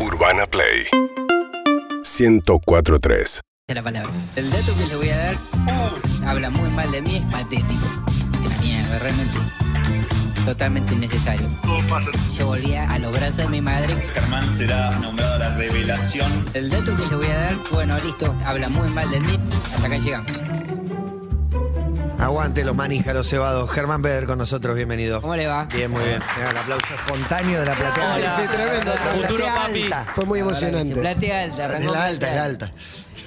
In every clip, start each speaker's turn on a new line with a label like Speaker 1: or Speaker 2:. Speaker 1: Urbana Play 104.3
Speaker 2: de la palabra. El dato que les voy a dar oh, habla muy mal de mí, es patético. Es una mierda, realmente. Totalmente innecesario.
Speaker 3: Todo pasa.
Speaker 2: Yo volvía a los brazos de mi madre.
Speaker 3: Germán será nombrado la revelación.
Speaker 2: El dato que les voy a dar, bueno, listo, habla muy mal de mí. Hasta acá llegamos.
Speaker 4: Aguante los maníjaros cebados. Germán Beder con nosotros, bienvenido.
Speaker 2: ¿Cómo le va?
Speaker 4: Bien, muy bien. Mira, el aplauso espontáneo de la platea.
Speaker 5: Hola. Sí, tremendo.
Speaker 4: La platea
Speaker 5: Futuro papi.
Speaker 4: alta.
Speaker 6: Fue muy
Speaker 2: Se
Speaker 6: emocionante.
Speaker 2: platea alta.
Speaker 4: Es
Speaker 2: arrancó
Speaker 4: la alta,
Speaker 2: platea
Speaker 4: es la alta.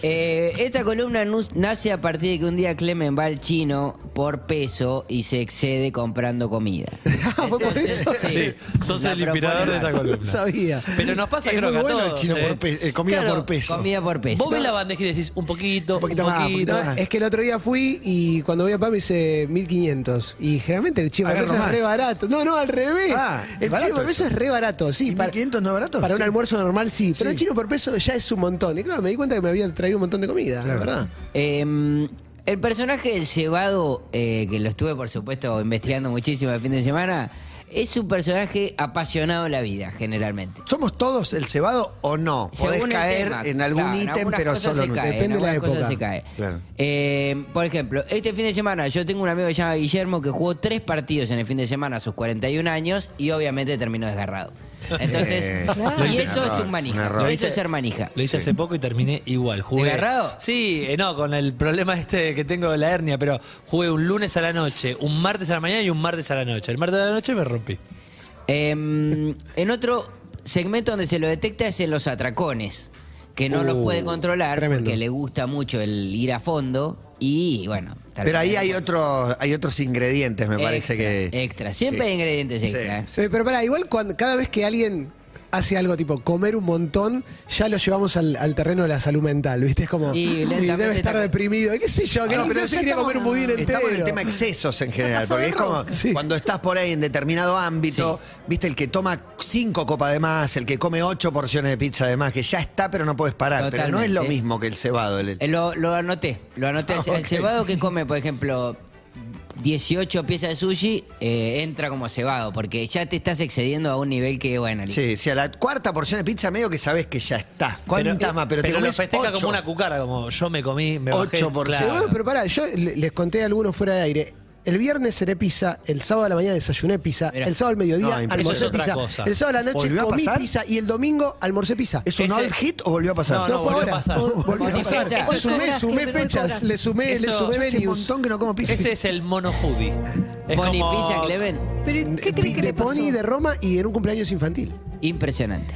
Speaker 2: Eh, esta columna nu- nace a partir de que un día Clemen va al chino por peso y se excede comprando comida.
Speaker 6: Ah, ¿Fue por eso?
Speaker 2: Sí.
Speaker 5: Sí, sos
Speaker 2: La
Speaker 5: el inspirador de esta
Speaker 2: propone-
Speaker 5: columna.
Speaker 6: Sabía.
Speaker 5: Pero nos pasa
Speaker 4: Es
Speaker 5: creo
Speaker 4: muy
Speaker 5: que a
Speaker 4: bueno el
Speaker 5: todos,
Speaker 4: chino
Speaker 5: ¿eh?
Speaker 4: por pe- eh, comida
Speaker 5: Claro,
Speaker 4: por peso.
Speaker 2: Comida por peso.
Speaker 5: Vos ves la bandeja y decís un poquito, un
Speaker 4: poquito
Speaker 5: poquito,
Speaker 4: más, un poquito
Speaker 6: No,
Speaker 4: Ah.
Speaker 6: es que el otro día fui y cuando voy a PAM hice 1500. Y generalmente el chivo de
Speaker 4: Agarro
Speaker 6: peso es
Speaker 4: más.
Speaker 6: re barato. No, no, al revés.
Speaker 4: Ah, es
Speaker 6: el
Speaker 4: barato
Speaker 6: chivo por
Speaker 4: eso.
Speaker 6: peso es re barato. Sí,
Speaker 4: ¿Y
Speaker 6: para,
Speaker 4: 1500 no es barato?
Speaker 6: para un
Speaker 4: Sí.
Speaker 6: almuerzo normal sí. Pero
Speaker 4: Sí.
Speaker 6: el chino por peso ya es un montón. Y claro, me di cuenta que me había traído un montón de comida, la verdad.
Speaker 2: Eh, el personaje del cebado, eh, que lo estuve por supuesto investigando muchísimo el fin de semana, es un personaje apasionado de la vida, generalmente.
Speaker 4: ¿Somos todos el cebado o no? Podés
Speaker 2: Según el
Speaker 4: caer
Speaker 2: tema,
Speaker 4: en algún
Speaker 2: claro, en
Speaker 4: ítem,
Speaker 2: algunas
Speaker 4: pero
Speaker 2: cosas
Speaker 4: solo
Speaker 2: se
Speaker 4: en un-
Speaker 2: cae, en
Speaker 6: Depende de la
Speaker 2: algunas cosas
Speaker 6: época.
Speaker 2: se cae.
Speaker 4: Claro.
Speaker 2: Eh, por ejemplo, este fin de semana yo tengo un amigo que se llama Guillermo que jugó tres partidos en el fin de semana a sus 41 años y obviamente terminó desgarrado. Entonces,
Speaker 4: Eh,
Speaker 2: y eso
Speaker 4: claro. Un
Speaker 2: es
Speaker 4: error,
Speaker 2: un
Speaker 4: un
Speaker 2: manija.
Speaker 4: error.
Speaker 2: Eso es ser manija.
Speaker 5: Lo hice hace poco y terminé igual. Jugué,
Speaker 2: ¿Desgarrado?
Speaker 5: Sí, eh, no, con el problema este que tengo de la hernia, pero jugué un lunes a la noche, un martes a la mañana y un martes a la noche. El martes a la noche me rompí.
Speaker 2: Eh, en otro segmento donde se lo detecta es en los atracones, que no los
Speaker 6: Uh,
Speaker 2: puede controlar
Speaker 6: tremendo.
Speaker 2: porque le gusta mucho el ir a fondo y bueno. tal
Speaker 4: Pero
Speaker 2: vez-
Speaker 4: ahí hay, otros hay otros ingredientes, me parece
Speaker 2: Extras,
Speaker 4: que.
Speaker 2: Extra, siempre
Speaker 4: Sí.
Speaker 2: hay ingredientes
Speaker 4: Sí.
Speaker 2: extra. ¿eh?
Speaker 6: Eh, pero pará, igual cuando, cada vez que alguien hace algo tipo comer un montón, ya lo llevamos al, al terreno de la salud mental, ¿viste? Es como,
Speaker 2: Y
Speaker 6: "Uy,
Speaker 2: lentamente
Speaker 6: debe estar
Speaker 2: está-
Speaker 6: deprimido, qué sé yo,
Speaker 4: No,
Speaker 6: que no,
Speaker 4: Ah, pero
Speaker 6: se
Speaker 4: ya
Speaker 6: quería
Speaker 4: estamos-
Speaker 6: comer un budín entero.
Speaker 4: Estamos en el tema excesos en general,
Speaker 6: Pasó
Speaker 4: porque
Speaker 6: de
Speaker 4: es como
Speaker 6: rojo. Sí.
Speaker 4: cuando estás por ahí en determinado ámbito, viste el que toma cinco copas de más, el que come ocho porciones de pizza de más, que ya está pero no puedes parar, pero no es lo
Speaker 2: Totalmente.
Speaker 4: mismo que el cebado. el-
Speaker 2: Eh, Lo, lo anoté, lo anoté.
Speaker 4: Ah,
Speaker 2: El- El
Speaker 4: ok.
Speaker 2: cebado que come, por ejemplo, 18 piezas de sushi, eh, entra como cebado, porque ya te estás excediendo a un nivel que, bueno, listo.
Speaker 4: Sí, sí, a la cuarta porción de pizza medio que sabes que ya está. ¿Cuántas
Speaker 5: Pero- eh,
Speaker 4: más? Pero, te
Speaker 5: pero lo
Speaker 4: comes
Speaker 5: festeja
Speaker 4: ocho.
Speaker 5: como una cucara, como yo me comí, me bajé.
Speaker 4: Ocho por
Speaker 5: claro.
Speaker 6: Bueno, pero pará, yo le- les conté a algunos fuera de aire. El viernes seré pizza, el sábado a la mañana desayuné pizza,
Speaker 2: Mirá.
Speaker 6: el sábado al mediodía
Speaker 4: No, impresionante.
Speaker 6: almorcé
Speaker 5: Eso es otra
Speaker 6: pizza,
Speaker 5: cosa.
Speaker 6: el sábado a la noche
Speaker 4: ¿Volvió a
Speaker 6: comí
Speaker 4: pasar?
Speaker 6: pizza y el domingo almorcé pizza.
Speaker 4: ¿Es un
Speaker 5: Ese-
Speaker 4: old hit o volvió a pasar?
Speaker 5: No,
Speaker 6: No, fue
Speaker 5: volvió
Speaker 6: ahora.
Speaker 5: a pasar.
Speaker 6: Volvió a
Speaker 2: Volvió a
Speaker 6: pasar.
Speaker 2: pasar.
Speaker 6: Hoy sumé, sumé fechas, le sumé, le
Speaker 5: Eso-
Speaker 6: sumé
Speaker 4: Hace un
Speaker 6: menús.
Speaker 4: montón que no como pizza.
Speaker 5: Ese es el mono foodie. Es
Speaker 2: Pony
Speaker 5: como-
Speaker 2: Pizza, Clemen,
Speaker 7: ¿Pero qué crees que
Speaker 6: De
Speaker 7: le pasó?
Speaker 6: Pony, de Roma y en un cumpleaños infantil.
Speaker 2: impresionante.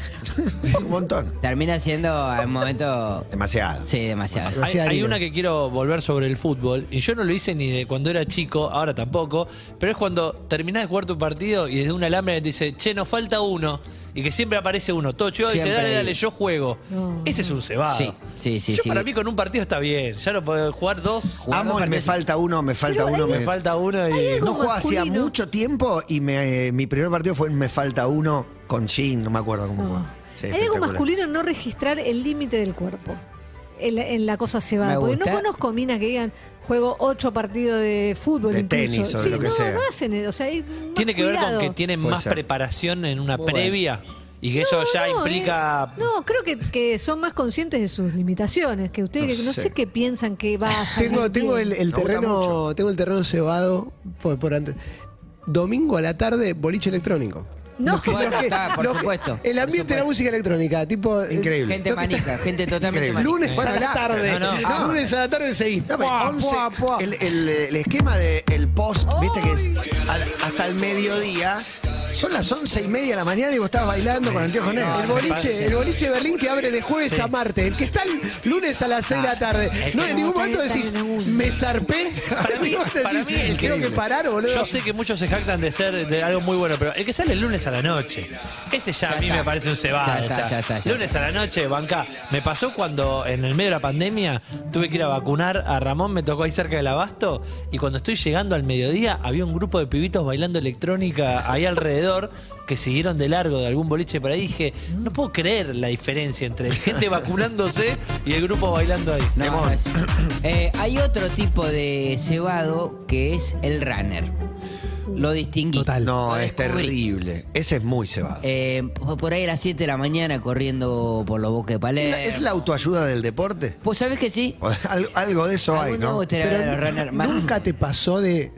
Speaker 4: Es un montón.
Speaker 2: Termina siendo al momento.
Speaker 4: Demasiado.
Speaker 2: Sí, demasiado.
Speaker 5: Hay,
Speaker 6: Demasiada
Speaker 5: hay
Speaker 6: harina.
Speaker 5: una que quiero volver sobre el fútbol, y yo no lo hice ni de cuando era chico, ahora tampoco, pero es cuando terminás de jugar tu partido y desde un alambre te dice, che, nos falta uno, y que siempre aparece uno, todo chido, dice,
Speaker 2: Siempre
Speaker 5: dale,
Speaker 2: hay.
Speaker 5: dale, yo juego. Ese es un cebado.
Speaker 2: Sí, sí, sí,
Speaker 5: Yo
Speaker 2: sí.
Speaker 5: para mí con un partido está bien, ya no puedo jugar dos,
Speaker 2: Jugador
Speaker 4: Amo el me
Speaker 2: partido-
Speaker 4: falta uno, me falta uno.
Speaker 5: me
Speaker 4: me-
Speaker 5: falta uno y...
Speaker 4: No jugaba
Speaker 7: masculino.
Speaker 4: hacía mucho tiempo y me- eh, mi primer partido fue en me falta uno con Shin, no me acuerdo cómo
Speaker 7: No.
Speaker 4: jugaba. Sí,
Speaker 7: Ah. Hay algo
Speaker 4: espectacular.
Speaker 7: masculino en no registrar el límite del cuerpo. En la, en la cosa
Speaker 2: Me
Speaker 7: cebada. Porque no
Speaker 2: gusta.
Speaker 7: conozco minas que digan juego ocho partidos de fútbol.
Speaker 4: De
Speaker 7: incluso.
Speaker 4: tenis o de
Speaker 7: Sí,
Speaker 4: lo que
Speaker 7: no,
Speaker 4: sea.
Speaker 7: no hacen eso. O sea, hay más
Speaker 5: Tiene que ver con
Speaker 7: cuidado.
Speaker 5: que tienen
Speaker 4: Puede
Speaker 5: más
Speaker 4: ser.
Speaker 5: preparación en una
Speaker 2: Muy bueno.
Speaker 5: previa, y que eso
Speaker 7: No,
Speaker 5: ya
Speaker 7: no,
Speaker 5: implica...
Speaker 7: eh. No, creo que, que son más conscientes de sus limitaciones. Que ustedes,
Speaker 4: No
Speaker 7: que no,
Speaker 4: sé.
Speaker 7: sé. qué piensan que va a salir
Speaker 6: Tengo, tengo
Speaker 7: bien.
Speaker 6: el, el
Speaker 4: Me gusta
Speaker 6: terreno,
Speaker 4: mucho.
Speaker 6: tengo el terreno cebado por, por antes. Domingo a la tarde, boliche electrónico.
Speaker 7: No.
Speaker 6: Los
Speaker 2: Bueno, está, por supuesto,
Speaker 6: El
Speaker 2: por
Speaker 6: ambiente de la
Speaker 2: supuesto.
Speaker 6: música electrónica, tipo. eh,
Speaker 4: Increíble.
Speaker 2: Gente manica, gente totalmente
Speaker 4: Increíble.
Speaker 2: manica.
Speaker 6: Lunes
Speaker 4: Bueno,
Speaker 6: a la
Speaker 4: el after,
Speaker 6: tarde.
Speaker 5: no, no.
Speaker 6: Ah, Lunes a la tarde seguí.
Speaker 4: No, pero
Speaker 6: Puah,
Speaker 4: 11,
Speaker 6: puah, puah.
Speaker 4: El, el- el esquema del post, viste que es al- hasta el mediodía. Son las once y media de la mañana y vos estabas bailando con anteojos negros.
Speaker 6: El boliche, el boliche de Berlín que abre de jueves a martes, el que está el lunes a las 6 de la tarde. No, en ningún momento decís, me zarpé.
Speaker 5: Para mí, para mí el
Speaker 6: Tengo que parar, boludo.
Speaker 5: Yo sé que muchos se jactan de ser de algo muy bueno, pero el que sale el lunes a la noche, ese ya, a
Speaker 2: Ya
Speaker 5: mí
Speaker 2: está.
Speaker 5: me parece un cebado.
Speaker 2: Ya está,
Speaker 5: o sea,
Speaker 2: ya está, ya
Speaker 5: lunes a la noche, banca. Me pasó cuando en el medio de la pandemia tuve que ir a vacunar a Ramón, me tocó ahí cerca del abasto, y cuando estoy llegando al mediodía había un grupo de pibitos bailando electrónica ahí alrededor que siguieron de largo de algún boliche por ahí. Dije, no puedo creer la diferencia entre gente vacunándose y el grupo bailando ahí.
Speaker 2: No, no es- Eh, hay otro tipo de cebado que es el runner.
Speaker 7: distinguí.
Speaker 2: Lo distinguí.
Speaker 6: Total.
Speaker 4: No,
Speaker 2: Lo
Speaker 4: es
Speaker 2: descubrí.
Speaker 4: terrible. Ese es muy cebado.
Speaker 2: Eh, por por ahí a las 7 de la mañana corriendo por los bosques de
Speaker 4: ¿Es
Speaker 7: Eh.
Speaker 2: Palermo.
Speaker 4: la- ¿Es la autoayuda del deporte?
Speaker 2: Pues sabes que sí.
Speaker 4: O- al- Algo de eso hay,
Speaker 2: Algún día
Speaker 4: ¿no?
Speaker 2: vos te la-
Speaker 6: Pero
Speaker 2: la- la- la- más-
Speaker 6: nunca te pasó de,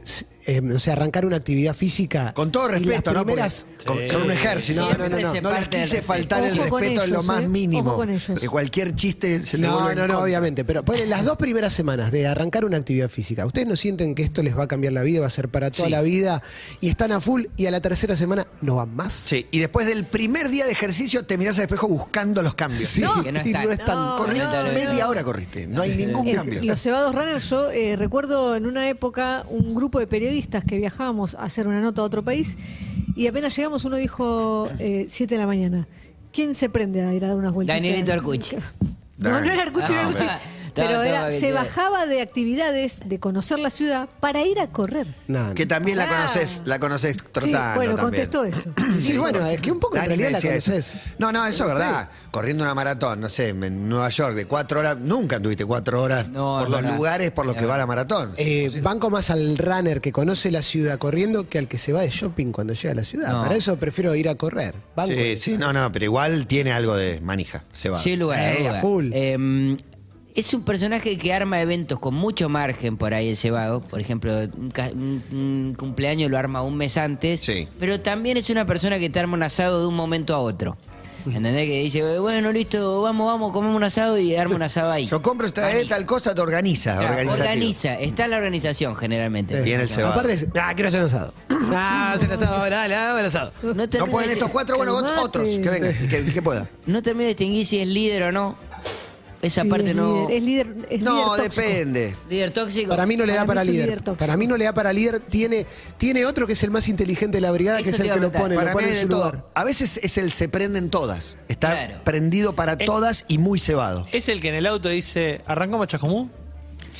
Speaker 6: eh, o sea, arrancar una actividad física.
Speaker 4: Con todo
Speaker 6: y las
Speaker 4: respeto, ¿no? Porque
Speaker 6: primeras-
Speaker 4: con- son un ejército.
Speaker 6: No, no, no, no.
Speaker 2: se
Speaker 4: No les
Speaker 2: parte del
Speaker 4: quise
Speaker 2: respeto.
Speaker 4: faltar el
Speaker 7: Ojo con
Speaker 4: respeto en lo
Speaker 7: ellos,
Speaker 4: más
Speaker 7: ¿eh?
Speaker 4: mínimo.
Speaker 7: Ojo con ellos.
Speaker 4: Que cualquier chiste se le
Speaker 6: No,
Speaker 4: vuelve en
Speaker 6: no, no,
Speaker 4: contra.
Speaker 6: obviamente. Pero ponele, las dos primeras semanas de arrancar una actividad física, ¿ustedes no sienten que esto les va a cambiar la vida, va a ser para toda
Speaker 4: Sí.
Speaker 6: la vida? Y están a full y a la tercera semana no van más.
Speaker 4: Sí, y después del primer día de ejercicio te mirás al espejo buscando los cambios.
Speaker 6: Sí,
Speaker 2: que no
Speaker 6: y
Speaker 2: están.
Speaker 6: no están.
Speaker 7: No,
Speaker 4: Corriste
Speaker 7: no, no.
Speaker 4: media hora corriste, no hay ningún
Speaker 7: Eh,
Speaker 4: cambio.
Speaker 7: los cebados runners, yo eh, recuerdo en una época un grupo de periodistas que viajábamos a hacer una nota a otro país y apenas llegamos uno dijo 7 de la mañana. ¿Quién se prende a ir a dar unas vueltas?
Speaker 2: Danielito Arcucci.
Speaker 7: No, no era Arcucci, era
Speaker 2: No,
Speaker 7: Arcucci.
Speaker 2: estaba-
Speaker 7: Pero
Speaker 2: estaba
Speaker 7: era,
Speaker 2: bien,
Speaker 7: se
Speaker 2: estaba bien.
Speaker 7: bajaba de actividades, de conocer la ciudad, para ir a correr.
Speaker 6: No, no.
Speaker 4: Que también la
Speaker 7: Pará.
Speaker 4: conoces, la conoces
Speaker 7: Sí,
Speaker 4: trotando. también.
Speaker 7: bueno, contestó eso.
Speaker 6: Sí, bueno, es que un poco en
Speaker 4: Dani me
Speaker 6: realidad la
Speaker 4: decía eso.
Speaker 6: conoces.
Speaker 4: No, no, eso es verdad. Corriendo una maratón, no sé, en Nueva York, de cuatro horas, nunca tuviste cuatro horas
Speaker 2: No,
Speaker 4: por
Speaker 2: es
Speaker 4: los
Speaker 2: verdad.
Speaker 4: lugares por los que va la maratón.
Speaker 6: Eh, banco más al runner que conoce la ciudad corriendo que al que se va de shopping cuando llega a la ciudad.
Speaker 2: No.
Speaker 6: Para eso prefiero ir a correr. Banco.
Speaker 4: Sí, sí, no, no, pero igual tiene algo de manija, se va.
Speaker 2: Sí, lugar.
Speaker 6: Eh,
Speaker 2: sin
Speaker 6: a
Speaker 2: lugar.
Speaker 6: full.
Speaker 2: Eh, es un personaje que arma eventos con mucho margen por ahí el cebado. Por ejemplo, un, ca- un- un cumpleaños lo arma un mes antes.
Speaker 4: Sí.
Speaker 2: Pero también es una persona que te arma un asado de un momento a otro. ¿Entendés? Que dice, "Eh, bueno, listo, vamos, vamos, comemos un asado y arma un asado ahí.
Speaker 4: Yo compro esta
Speaker 2: Manija.
Speaker 4: tal cosa, te organiza,
Speaker 2: Claro,
Speaker 4: organizativo.
Speaker 2: organiza, está en la organización generalmente.
Speaker 4: Bien el cebado.
Speaker 6: Aparte, es, ah, quiero hacer un asado. Ah, hacer asado ahora, dale, hago el asado.
Speaker 2: No
Speaker 4: No
Speaker 2: termino
Speaker 4: pueden
Speaker 2: de-
Speaker 4: estos cuatro, bueno,
Speaker 7: Calmate.
Speaker 4: otros, que vengan, que, que pueda.
Speaker 2: No termino de distinguir si es líder o no. Esa
Speaker 7: Sí,
Speaker 2: parte
Speaker 7: es
Speaker 2: no.
Speaker 7: líder- es líder, es
Speaker 4: No,
Speaker 7: líder tóxico.
Speaker 4: depende.
Speaker 2: Líder tóxico.
Speaker 6: Para mí no le da
Speaker 7: Para
Speaker 6: para
Speaker 7: mí es un
Speaker 6: líder.
Speaker 7: líder tóxico.
Speaker 6: Para mí no le da para líder. Tiene, tiene otro que es el más inteligente de la brigada, que
Speaker 2: Eso
Speaker 6: es
Speaker 2: te
Speaker 6: el
Speaker 2: iba a
Speaker 6: que lo
Speaker 2: preguntar.
Speaker 6: pone,
Speaker 4: Para
Speaker 6: lo
Speaker 4: mí
Speaker 6: pone
Speaker 4: hay
Speaker 6: en
Speaker 4: de
Speaker 6: su lugar.
Speaker 4: todo. A veces es el se prenden todas. Está
Speaker 2: Claro.
Speaker 4: prendido para todas y muy cebado.
Speaker 5: Es el que en el auto dice, ¿arrancamos Chacomú?